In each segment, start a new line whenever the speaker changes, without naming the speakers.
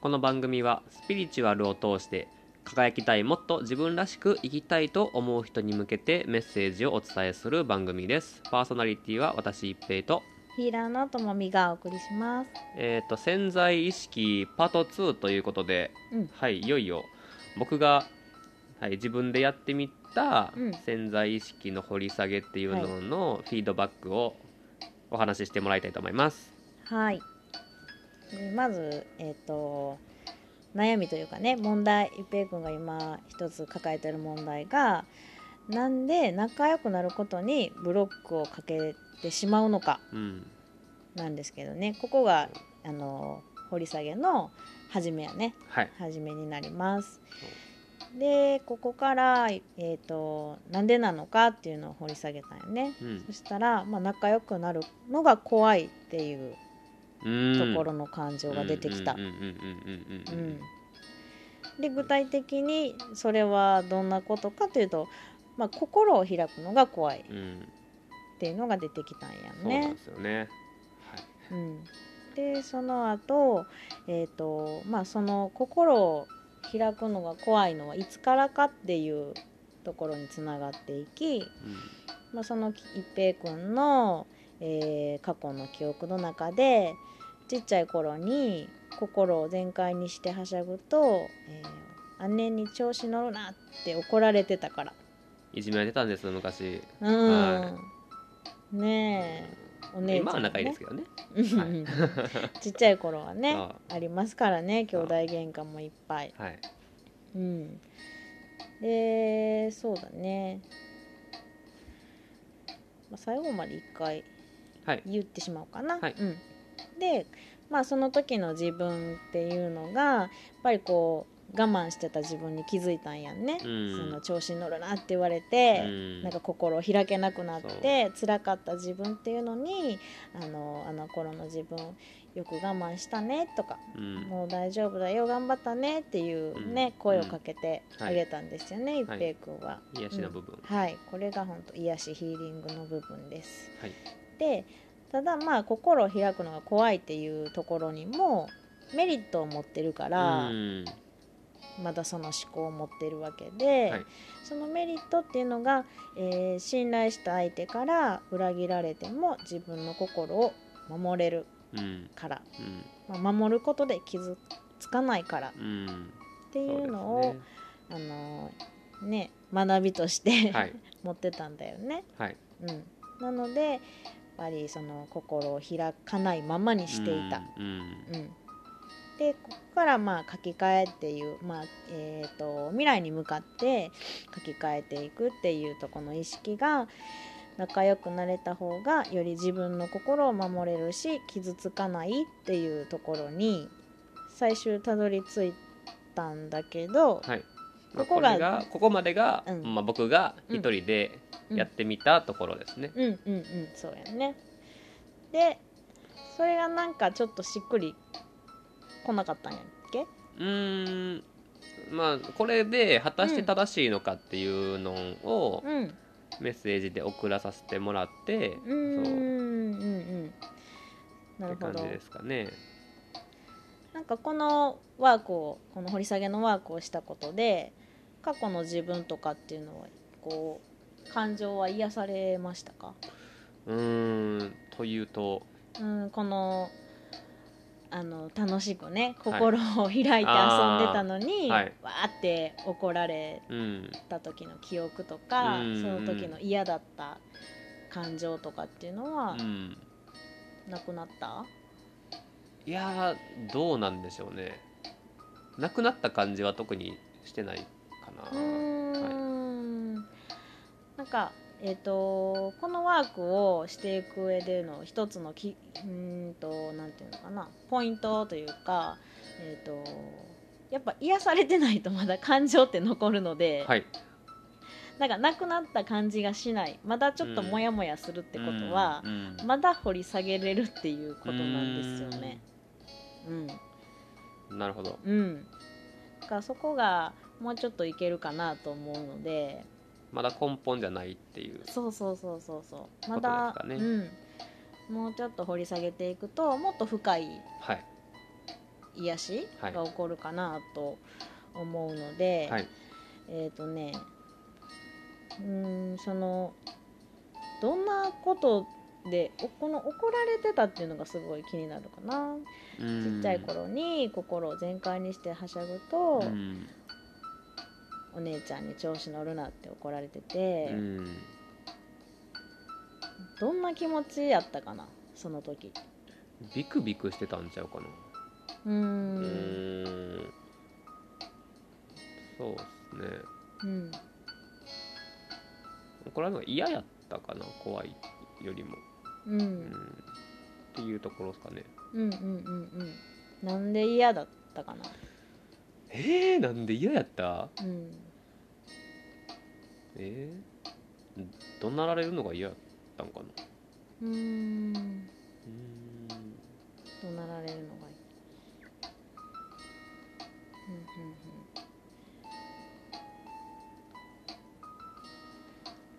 この番組はスピリチュアルを通して輝きたいもっと自分らしく生きたいと思う人に向けてメッセージをお伝えする番組ですパーソナリティは私一平と
ヒーラーのともみがお送りします。
えっ、と潜在意識パート2ということで、
うん
はいいよいよ僕が、はい、自分でやってみた
うん
潜在意識の掘り下げっていうののフィードバックをお話ししてもらいたいと思います。
はい。でまず、えっ、と、悩みというかね、問題、一平君が今一つ抱えてる問題が、なんで仲良くなることにブロックをかけてしまうのか
うん
なんですけどね、ここが、あの、掘り下げの初めやね。
はい、
始めになります。でここから、えー、となんでなのかっていうのを掘り下げたんよね。
うん
そしたら、まあ、仲良くなるのが怖いっていう
うん
ところの感情が出てきた
うん。うんうんうんうんうんうん
うんで具体的にそれはどんなことかというと、まあ、心を開くのが怖いっ
うん
ていうのが出てきたんや
そうなん
ね
で。すよね。はい
うん、でその後、えーとまあその心を開くのが怖いのはいつからかっていうところにつながっていき、まあ、その一平君の、えー過去の記憶の中でちっちゃい頃に心を全開にしてはしゃぐと、えー姉に調子乗るなって怒られてたから。
うん、いじめられてたんですよ昔。
うん、
は
ねえお姉ちゃん、ね、
今は仲いいですけどね。 は
うんちっちゃい頃はね
あ
ありますからね兄弟喧嘩もいっぱい。
はい。
うん、でそうだね、まあ、最後まで一回
はい。
言ってしまおうかな。
はい
うん、で、まあ、その時の自分っていうのがやっぱりこう我慢してた自分に気づいたんやんね。
うん
その調子に乗るなって言われて、
うん
なんか心を開けなくなって辛かった自分っていうのにあのあの頃の自分よく我慢したねとか、
うん
もう大丈夫だよ頑張ったねっていうね、
うん
声をかけて
うん
あげたんですよね、一
はい
平君は。
癒しの部分。
はい、これが本当癒しヒーリングの部分です。
はい。
でただまあ心を開くのが怖いっていうところにもメリットを持ってるから、
うん
まだその思考を持ってるわけで、
はい
そのメリットっていうのが、えー信頼した相手から裏切られても自分の心を守れる
うん
から、
うん
まあ、守ることで傷つかないからっ
うん。
てい
そうです
のを
ね
あのーね学びとして、
はい
持ってたんだよね。
はい。
うん、なのでやっぱりその心を開かないままに していた。
うん。
うん、でここからまあ書き換えっていう、まあえー、と未来に向かって書き換えていくっていうとこの意識が仲良くなれた方がより自分の心を守れるし傷つかないっていうところに最終たどり着いたんだけど、
はい。
ここが
まあれがここまでが、
うん
まあ僕が一人でやってみたところですね。
うんうんうんそうやねでそれがなんかちょっとしっくりこなかったんやっけ
うーんまあこれで果たして正しいのかっていうのを
うん
メッセージで送らさせてもらって、
うーん
そう
うんうんな
って
るほ
感じ
ど
ですかね。
なんかこのワークをこの掘り下げのワークをしたことで過去の自分とかっていうのはこう感情は癒されましたか
うーんというと
うんこのあの楽しくね心を開いて遊んでたの
あ
に、
ーはい
わーって怒られ
うん
た時の記憶とか、
うんうん
その時の嫌だった感情とかっていうの
う
は
ん
なくなった、
いやーどうなんでしょうね。なくなった感じは特にしてないかな。
うーんなんかえっ、とこのワークをしていく上での一つのきうーんとなんていうのかなポイントというかえっ、とやっぱ癒されてないとまだ感情って残るので、
はい。
なんかなくなった感じがしないまだちょっとモヤモヤするってことは
う、ん
まだ掘り下げれるっていうことなんですよね。うん、
うんなるほど。
うん、だからそこがもうちょっといけるかなと思うので
まだ根本じゃないっていう。
そうそうそうそうそうま
こ
だ、
とですか
うん、もうちょっと掘り下げていくともっと深い
はい。
癒し
はい
が起こるかなと思うので、
はい
えっ、とねうーんそのどんなことでおこの怒られてたっていうのがすごい気になるかなちっちゃい頃に心を全開にしてはしゃぐと、
うん
お姉ちゃんに調子乗るなって怒られてて、
うん
どんな気持ちやったかなその時
ビクビクしてたんちゃうかな
う
う
ー
んーんそうっすね
うん
怒られるのが嫌やったかな怖いよりも、
う
う
んう
ん
ん
っていうところですかね
うんうんうんなんで嫌だったかな
えー、なんで嫌やった
うん
えー、怒鳴られるのが嫌やったんかな
うー
う
ん
ーん
怒鳴られるのがいいうんうんう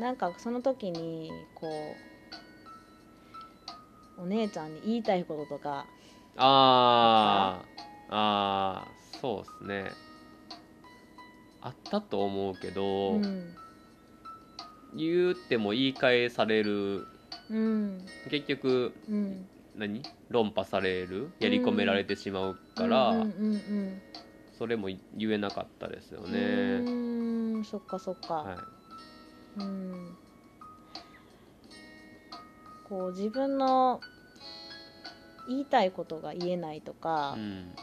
んなんかその時にこうお姉ちゃんに言いたいこととか
あーあーそうっすねあったと思うけど、
うん
言っても言い返される
うん
結局
うん
何論破されるやり込められてしまうから、
うんうんうん
それも言えなかったですよ
う
ね、
んうーんそっかそっか、
はい、
うんこう自分の言いたいことが言えないとか、
うん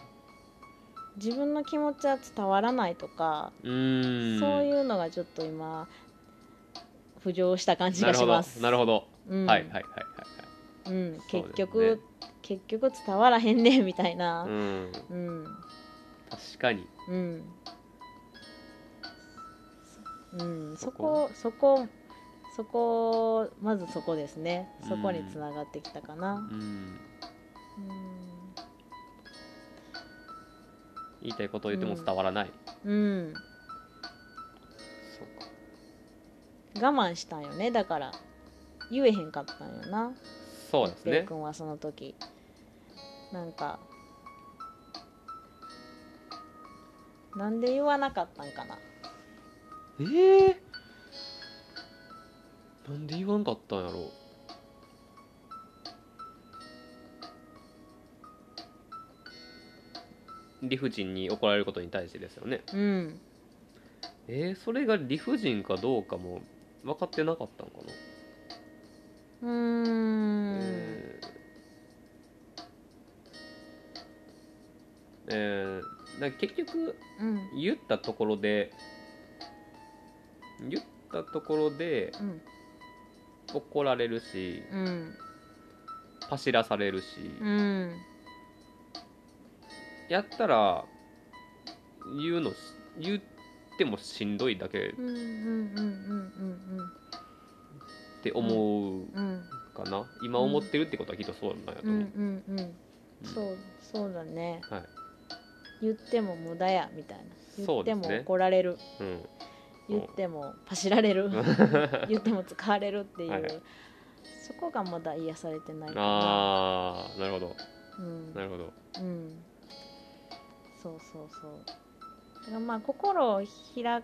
自分の気持ちは伝わらないとか、
うーん
そういうのがちょっと今浮上した感じ
な
が
る
し
ほ
ます。
どなるほど、
うん
はいはいはいはい
うん、
そうですね
結局、結局伝わらへんねみたいな
はい、うん
うん
確かに
うんうん、そ
そ
こ
こ
そこそこまずそこですねそこに
うん
つながってきたかな。
うん
うん
言いたいことを言っても伝わらない、
うん、
そうか
我慢したんよねだから言えへんかったんよな
そうです
哲平
ね
君はその時なんかなんで言わなかったんかな
えー、なんで言わんかったんやろ理不尽に怒られることに対してですよね
うん
えー、それが理不尽かどうかも分かってなかったのかな、
うーん、
えーえーだから結局
うん
言ったところで言ったところで
うん
怒られるし
うん
パシらされるし、
うん
やったら言うのし言ってもしんどいだけっ
うんうんうん
て思う
うんうんうん
かな、今思ってるってことはきっとそうなんやと
う
思う、
んうんうんそうそうだね
はい
言っても無駄やみたいな言
そう
って
です
も
ね
怒られる、
うん
言ってもパシられる言っても使われるっていう、
はい
そこがまだ癒されてないかな
ああなるほど
うん
なるほど
うん、そうそうそうだからまあ心を開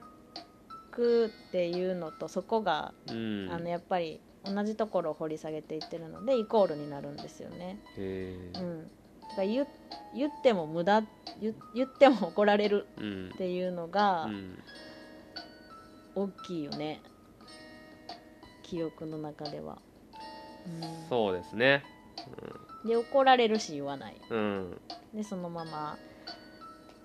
くっていうのとそこが、
うん
あのやっぱり同じところを掘り下げていってるのでイコールになるんですよね、
へ
う
ー
ん、だから言言っても無駄言言っても怒られる
うん
っていうのが、
うん
大きいよね記憶の中では、うん
そうですね
で怒られるし言わない
うん
でそのまま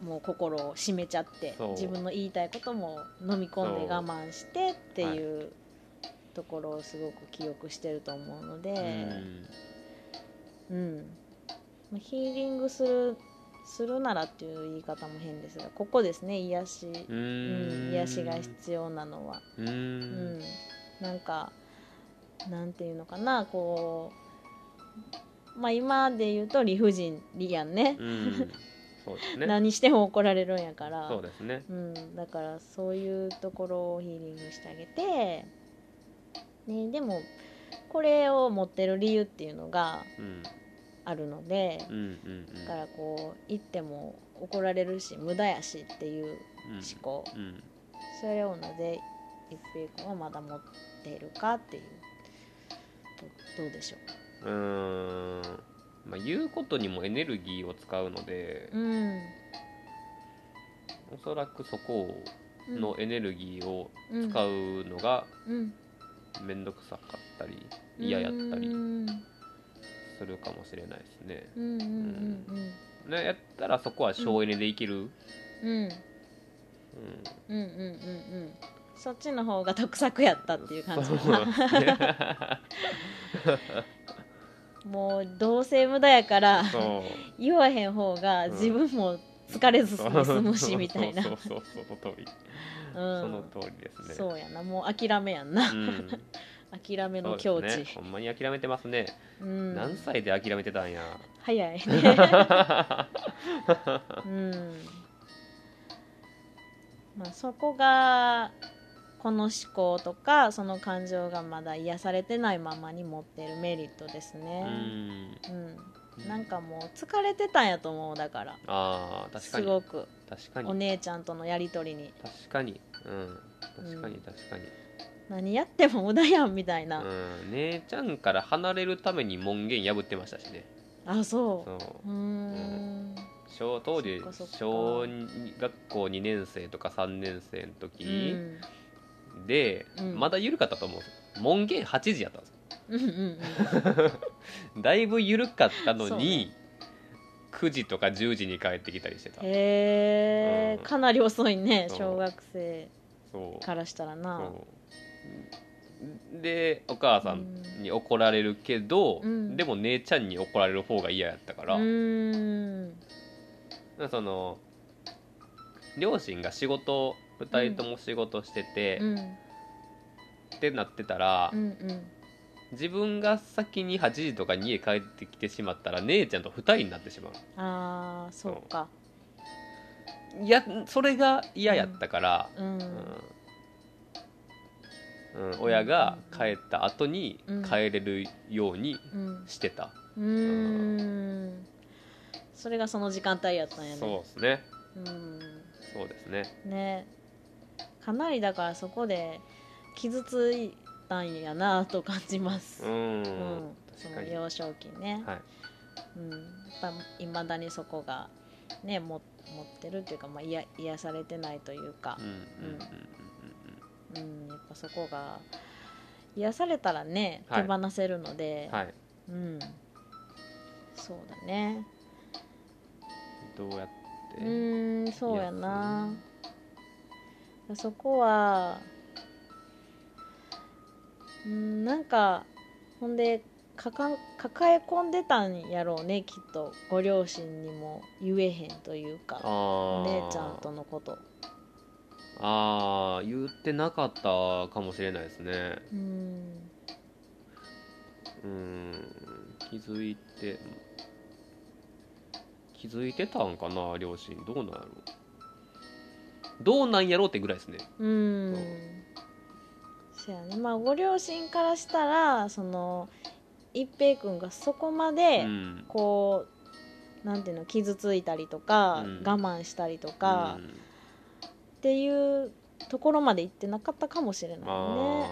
もう心を締めちゃって
そう
自分の言いたいことも飲み込んで
そう
我慢してっていうところをすごく記憶してると思うの
う
で、
ん
うんまあヒーリングするするならっていう言い方も変ですがここですね癒し、
う
うん
ん
癒しが必要なのは。
う
うん
ん、
なんかなんていうのかなこうまあ今で言うと理不尽理やんね
うんそうですね
何しても怒られるんやから
そうですね
うん、だからそういうところをヒーリングしてあげて、ね、でもこれを持ってる理由っていうのが
うん
あるので、
うんうんうん
だからこう行っても怒られるし無駄やしっていう
うん
思考、
うん
それをなぜ一平君はまだ持っているかっていうどどうでしょ
うーんまあ言うことにもエネルギーを使うので
う、うん、
おそらくそこ
うん
のエネルギーを使うのが
うん
面倒くさかったり嫌やった
う
り
ん
するかもしれないですね。
うんうん
ねやったらそこは省エネでいける、
うんうん
うん
うんうんうんうんそっちの方が得策やったっていう感じ
そうなんですね
もうどうせ無駄やから
そう
言わへん方が自分も疲れずに済むしみたいな
そうそうそうそうその通り、その通りですね
そうやなもう諦めやんな、
うん
諦めの
そう
境地
ですねほんまに諦めてますね、
うん、
何歳で諦めてたんや
早 いねうんまあそこがこの思考とかその感情がまだ癒されてないままに持ってるメリットです
う
ね
ん
うん、なんかもう疲れてたんやと思うだから
あー確か
すご
に
く
確か
お
に
姉ちゃんとのやり取りに
確かにうん確か
う
に
ん
確かに、
何やっても無駄やんみたいな、
うん、姉ちゃんから離れるために門限破ってましたしね
あ
そ
そ
う
ううーん
小当時
そっかそっか
小に学校2年生とか3年生の
う
時
ん
で、
うん
まだ緩かったと思うんですよ門限8時やったんですよ
うんうんうん
だいぶ緩かったの
そう
に、9時とか10時に帰ってきたりしてた
へえ、
うん
かなり遅いね
そう
小学生
そう
からしたらな
そうでお母さんに怒られるけど、
うん
でも姉ちゃんに怒られる方が嫌やったから、
うーん
その両親が仕事2人とも仕事してて、
うん
ってなってたら、
うんうん
自分が先に8時とかに家帰ってきてしまったら姉ちゃんと2人になってしまう
あーそうか
いやそれが嫌やったから、
うん
うんうん親が帰った後に
うん
帰れるように
うん
してた、
うーんそれがその時間帯やったんやね
そうですね
うん
そうですね
ねかなりだからそこで傷ついたんやなと感じます
うん、
うんそ
確か
の
に
幼少期ね、
はい
うん、やっぱいまだにそこがねも持ってるっていうか、まあ、癒癒されてないというか
うん、うんうんうん
うん、やっぱそこが癒されたらね
は
手
い
放せるので、
うんはい
うん、そうだね
どうやっ
う
て
ーんそうやなそこはうんなんかほんでかかん抱え込んでたんやろうねきっとご両親にも言えへんというか
あー
お姉ちゃんとのこと
ああ言ってなかったかもしれないですね
うん
うん気づいて気づいてたんかな両親どうなんやろどうなんやろうってぐらいですね
うんそやねまあご両親からしたらその一平君がそこま
う
で
ん
こうなんていうの傷ついたりとか、
うん
我慢したりとか、
うん
っていうところまで行ってなかったかもしれない
あ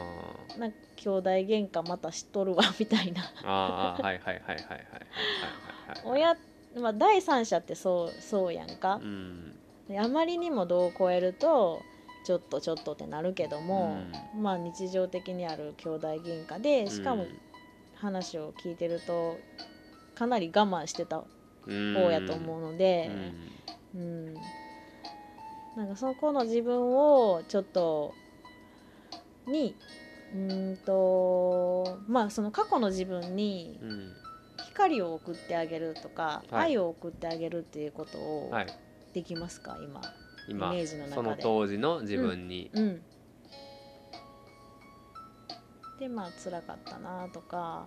ねなんか兄弟喧嘩またしとるわ みたいな
ーあーはいはいはいはいはいはいはいはい
親まあ、第三者ってそうそうやんか
う、ん
であまりにも度を超えるとちょっとちょっとってなるけども、まあ日常的にある兄弟喧嘩でしかも話を聞いてるとかなり我慢してた
うん
方やと思うので、
うん
うん、なんかそこの自分をちょっとにうーんとまあその過去の自分に
うん
光を送ってあげるとか、
はい
愛を送ってあげるっていうことを
はい
できますか、今。
今
イメージの中で
その当時の自分に、
うんでまあ辛かったなとか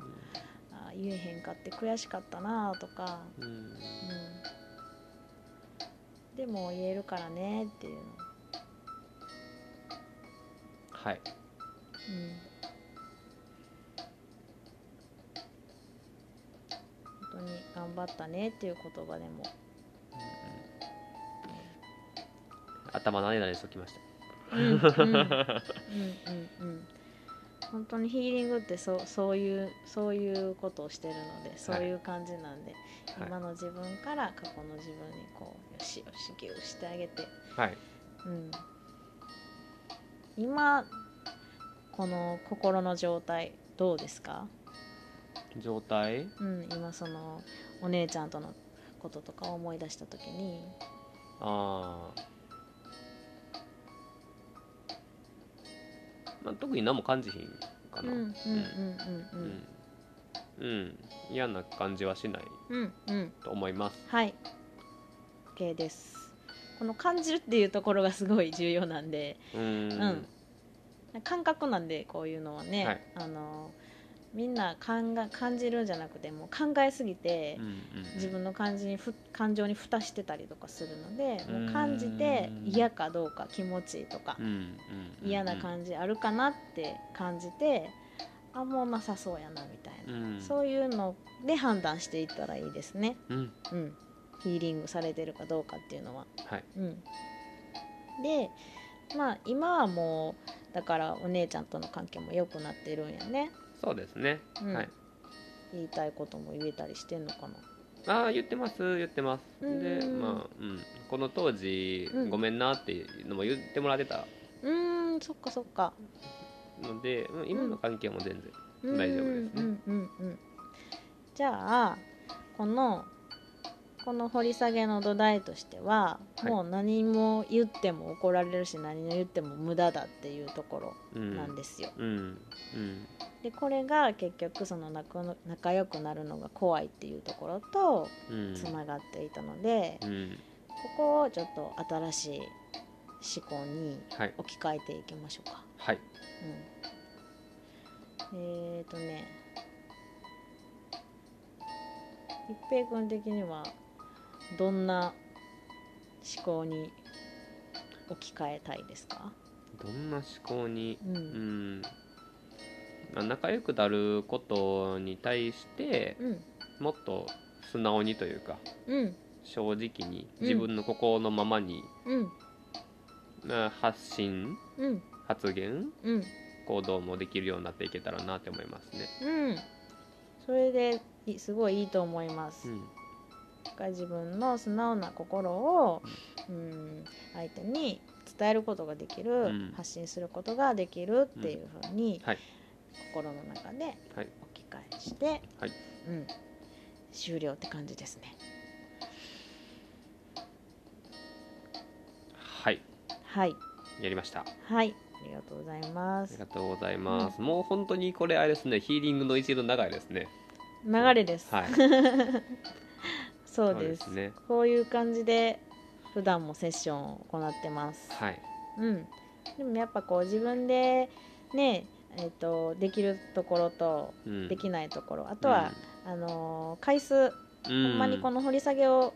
あ言えへんかって悔しかったなとか、
うん
うん、でも言えるからねっていうの
はい
うん。あとに頑張ったねっていう言葉でも
頭なでなでしときました
うんうんうんうんうん本当にヒーリングってそうそういうそういうことをしてるのでそういう感じなんで、
はい
今の自分から過去の自分にこうよしよしぎゅうしてあげて、
はい
うん、今この心の状態どうですか、
状態
うん、今そのお姉ちゃんとのこととかを思い出した時に
ああまあ特に何も感じひんか
うん
な
うんうんう
うんんうん嫌な感じはしない
うんうんうん
と思います
はい OK ですこの感じるっていうところがすごい重要なんで
うーん
うん感覚なんでこういうのはね、
はい
あのみんな感が感じるんじゃなくてもう考えすぎて
うんうんうん
自分の感じにふ感情に蓋してたりとかするのでもううん感じて嫌かどうか気持ちいいとか
うんうんうん
嫌な感じあるかなって感じてあもうなさそうやなみたいな、
うん
そういうので判断していったらいいですね。
うん
うん、ヒーリングされてるかどうかっていうのは。
はい
うん、でまあ今はもうだからお姉ちゃんとの関係も良くなってるんやね、
そうですね
うん
はい
言いたいことも言えたりしてんのかな
ああ言ってます言ってます
うん
でまあうんこの当時
うん
ごめんなっていうのも言ってもらってた
うーんそっかそっか
のでうん今の関係も全然
うーん
大丈夫ですね
うんうんうんじゃあこのこの掘り下げの土台としては、
はい
もう何も言っても怒られるし何を言っても無駄だっていうとこ
う
ろ
ん
なんですよ、
うんうん
でこれが結局その仲の仲良くなるのが怖いっていうところと
うん
つながっていたので、
うん
ここをちょっと新しい思考に
はい
置き換えていきましょうか。
はい
うん、えっ、ー、とね一平君的にはどんな思考に置き換えたいですか、
どんな思考に
うん
うんまあ仲良くなることに対して
うん
もっと素直にというか
うん
正直に
うん
自分の心のままに、
うん
まあ発信
うん
発言
うん
行動もできるようになっていけたらなって思いますね。
うんそれでいすごいいいと思います。
うん
が自分の素直な心を、うん、相手に伝えることができる、
ん
発信することができるっていうふうに、
はい
心の中で
はい
置き換えして、
はい
うん、終了って感じですね。
はい
はい、
やりました。あ
はい、ありがとうございま
り
す
が。とうございます。もう本当にこれあれですねヒーリングの一度長いですね。
流れです。
はい
そうです
そうですね
こういう感じで普段もセッションを行ってます。
はい
うん、でもやっぱこう自分でね、えっとできるところと
うん
できないところ、あとは、あのー回数、
うん
ほんまにこ
の
の掘り下げを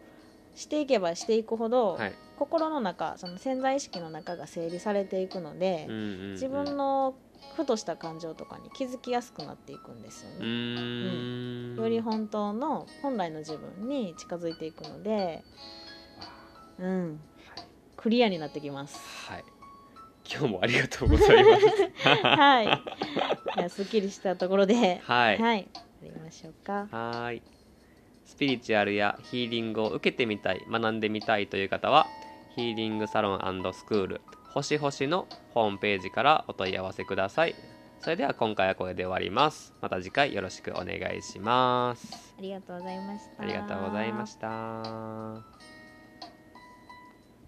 していけばしていくほど、
はい
心の中その潜在意識の中が整理されていくので、
うんうんうん
自分のふとした感情とかに気づきやすくなっていくんですよ
う
ね。
ーん
より本当の本来の自分に近づいていくので、うん、クリアになってきます。
はい、はい、今日もありがとうございます
はい。いや、すっきりしたところで、
はい
はい。やりましょうか。
はーい。スピリチュアルやヒーリングを受けてみたい、学んでみたいという方は、ヒーリングサロンスクール、星々のホームページからお問い合わせください。それでは今回はこれで終わります。また次回よろしくお願いします。
ありがとうございました。
ありがとうございました。